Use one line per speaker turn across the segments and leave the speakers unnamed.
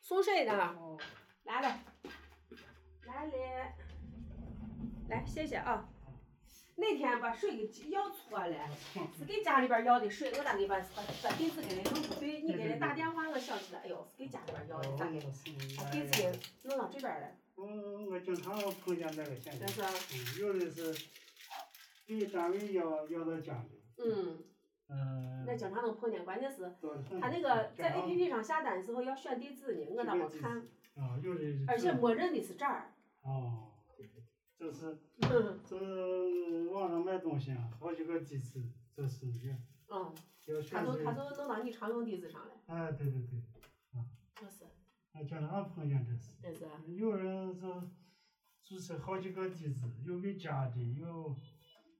送谁的？
哦，
拿来，拿来，来，谢谢啊。那天把水给要错了，是给家里边要的水，我咋给把把把地址给人弄不对？你给人打电话，我想起来，哎呦，是给家里边要的，咋给把地址给弄到这边来？
我我经常碰见这个现
这
象，
是，
嗯有的是给单位要要到家里，
嗯，
嗯，
那经常能碰见，关键是
都是
他那个在
嗯
APP 上下单的时候要选地址呢，我咋没看？
啊，有的是
而且默认的是这儿。
哦，就是
嗯
这网上买东西啊，好几个地址，这是要
嗯，他
要选
都他
择，
都弄到你常用地址上了，
哎，对对啊对，
就是，
我经常碰见这事。
这是，
有人是就是好几个地址，有给家的，有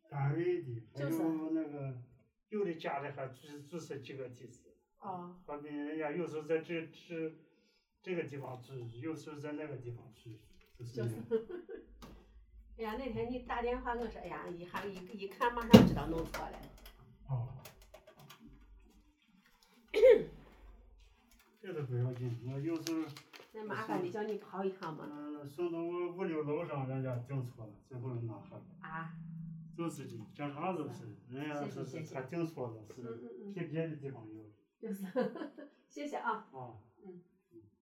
单位的，还
就是
有那个有的家里还只只是几个地址，
哦，
好比人家有时候在这这这个地方住，有时候在那个地方住，就是这
就
样
是。哎呀，那天你打电话，我说，哎呀，一下一一看，马上知道弄错了。
哦。这都不要紧，我有时候
那麻烦的叫你跑一趟嘛。
嗯、送到我五六楼上，人家订错了，最后拿回来。
啊，
就是的，经常都是，人家说是他订错了，
嗯
是
嗯嗯，
去别的地方有
就是，谢谢啊。
的啊。
嗯。